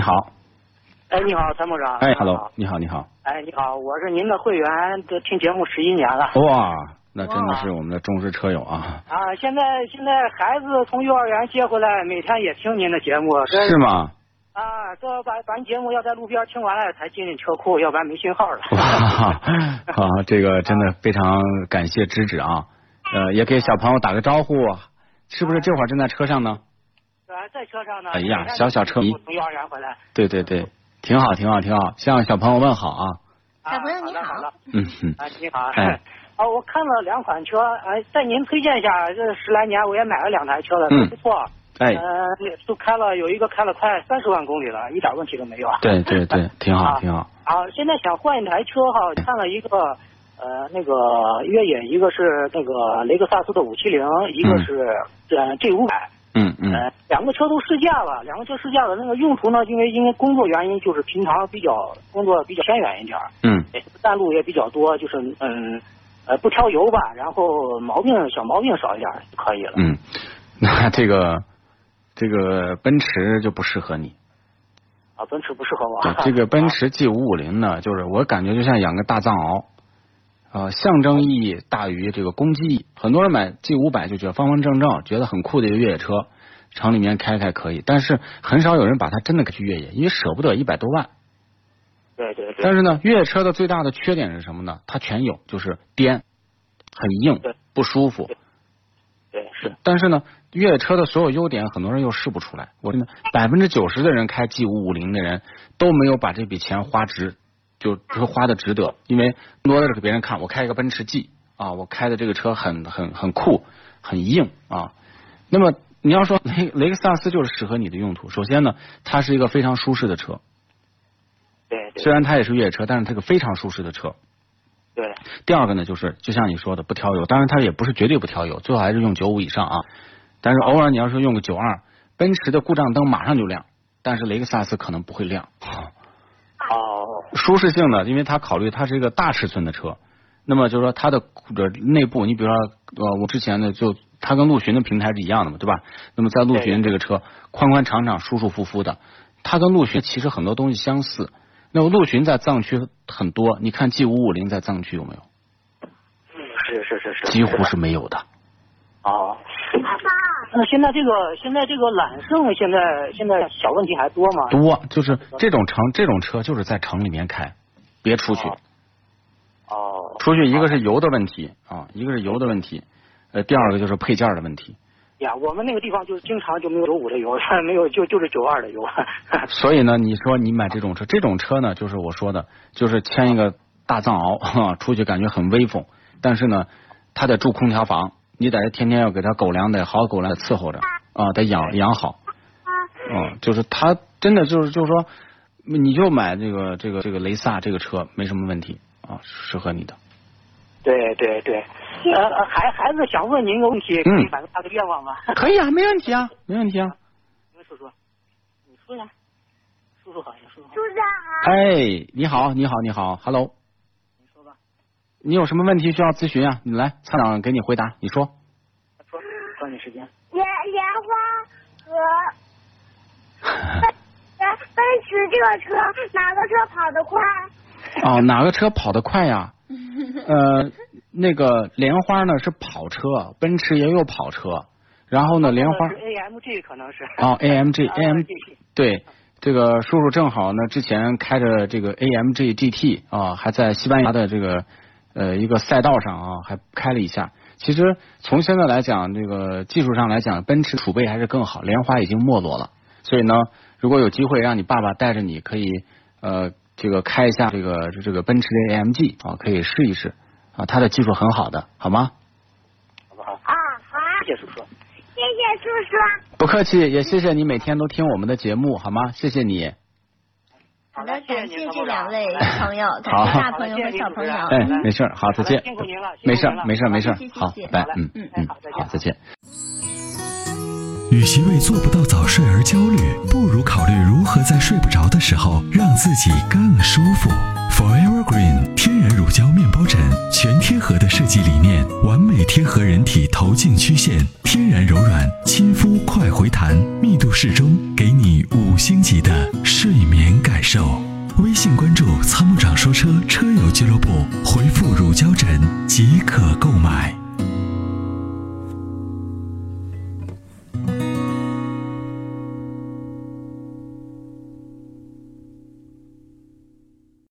你好，哎，你好，参谋长。哎你，hello，好你好，你好，哎，你好，我是您的会员，这听节目十一年了。哦哇，那真的哇是我们的忠实车友啊，啊，现在现在孩子从幼儿园接回来，每天也听您的节目。这是吗？ 啊，这把把您节目要在路边听完了才进车库，要不然没信号了。 哇，啊，这个真的非常感谢支持啊，呃，也给小朋友打个招呼，是不是这会儿正在车上呢？啊，在车上呢。哎呀每天小小车迷从幼儿园回来。对对对，挺好，挺好，挺好，向小朋友问好啊，啊小朋友你好的。好好的嗯哼，啊，你好。哎 啊，我看了两款车，哎，在您推荐下，这十来年我也买了两台车了，嗯都不错。哎，呃，都开了有一个开了快三十万公里了，一点问题都没有啊。对对 对，挺好，挺好，啊，现在想换一台车哈，看了一个呃那个越野，一个是那个雷克萨斯的五七零，一个是、呃 G 五百，嗯嗯，呃两个车都试驾了，两个车试驾了，那个用途呢，因为因为工作原因，就是平常比较工作比较偏远一点儿，嗯也山路也比较多，就是嗯呃不挑油吧，然后毛病小毛病少一点儿就可以了。嗯， 那这个这个奔驰就不适合你。啊，奔驰不适合我啊对，。这个奔 驰 G 五五零呢，就是我感觉就像养个大藏獒，呃，象征意义大于这个攻击意。很多人买 G 五百就觉得方方正正，觉得很酷的一个越野车，厂里面开开可以，但是很少有人把它真的去越野，因为舍不得一百多万。对对对但是呢，越野车的最大的缺点是什么呢？它全有，就是颠，很硬对，不舒服。对是。但是呢，越野车的所有优点，很多人又试不出来。我真的百分之九十的人开 G 五五零的人都没有把这笔钱花值，就就是花的值得，因为更多的是给别人看，我开一个奔驰 G 啊，我开的这个车很很很酷，很硬啊。那么你要说雷雷克萨斯就是适合你的用途，首先呢，它是一个非常舒适的车，对对虽然它也是越野车，但是它是个非常舒适的车。对第二个呢，就是就像你说的，不挑油，当然它也不是绝对不挑油，最好还是用九五以上啊。但是偶尔你要是用个九二，奔驰的故障灯马上就亮，但是雷克萨斯可能不会亮。哦舒适性呢，因为它考虑它是一个大尺寸的车，那么就是说它的呃内部，你比如说呃我之前呢就它跟陆巡的平台是一样的嘛，对吧？那么在陆巡这个车宽宽敞敞、舒舒服服的，它跟陆巡其实很多东西相似。那么陆巡在藏区很多，你看 G 五五零在藏区有没有？是是是是几乎是没有的。哦，那现在这个现在这个揽胜现在现在小问题还多吗？多，就是这种城这种车就是在城里面开，别出去。哦哦，出去一个是油的问题啊，一个是油的问题，呃，第二个就是配件儿的问题。呀，我们那个地方就是经常就没有九五的油， 没有就就是九二的油。 所以呢，你说你买这种车，这种车呢，就是我说的，就是牵一个大藏獒 哈，出去感觉很威风，但是呢，它得住空调房，你得天天要给它狗粮，得好好狗粮得伺候着啊，得养养好。嗯，就是它真的就是就是说，你就买这个这个这个雷萨这个车没什么问题啊，适合你的。对对对，呃，呃孩孩子想问您一个问题，嗯可以满足他的愿望吗？ 可以啊，没问题啊，没问题啊。您叔叔，你说呀，叔叔好像叔叔好，叔叔好，哎，你好，你好，你好，Hello，你说吧，你有什么问题需要咨询啊？你来，参长给你回答，你 说。说，抓紧时间。莲莲花和呃奔驰这个车哪个车跑得快？啊哦，哪个车跑得快 呀？呃，那个莲花呢是跑车，奔驰也有跑车，然后呢莲花呃是 AMG 可能是。啊哦 AMG AM 这对，这个叔叔正好呢之前开着这个 AMG GT 啊，还在西班牙的这个呃一个赛道上啊还开了一下。其实从现在来讲，这个技术上来讲，奔驰储备还是更好，莲花已经没落了。所以呢，如果有机会让你爸爸带着你，可以呃这个开一下这个这个奔驰的 AMG 啊，可以试一试啊，它的技术很好的，好吗？好不好？啊，好，谢谢叔叔。谢谢叔叔。不客气，也谢谢你每天都听我们的节目，好吗？谢谢你。好的，感谢这两好的谢谢位您朋友，好感谢大朋友和小朋友。啊哎，没事儿，好，再见辛苦您了。辛苦没事您儿，了没事儿，没事儿谢谢，好谢谢，拜好嘞，嗯嗯嗯哎好再，见好，再见。与其为做不到早睡而焦虑，不如考虑如何在睡不着的时候让自己更舒服。 Forever Green 天然乳胶面包枕，全贴合的设计理念，完美贴合人体头颈曲线，天然柔软，亲肤快回弹，密度适中，给你五星级的睡眠感受。微信关注“参谋长说车”车友俱乐部，回复“乳胶枕”即可购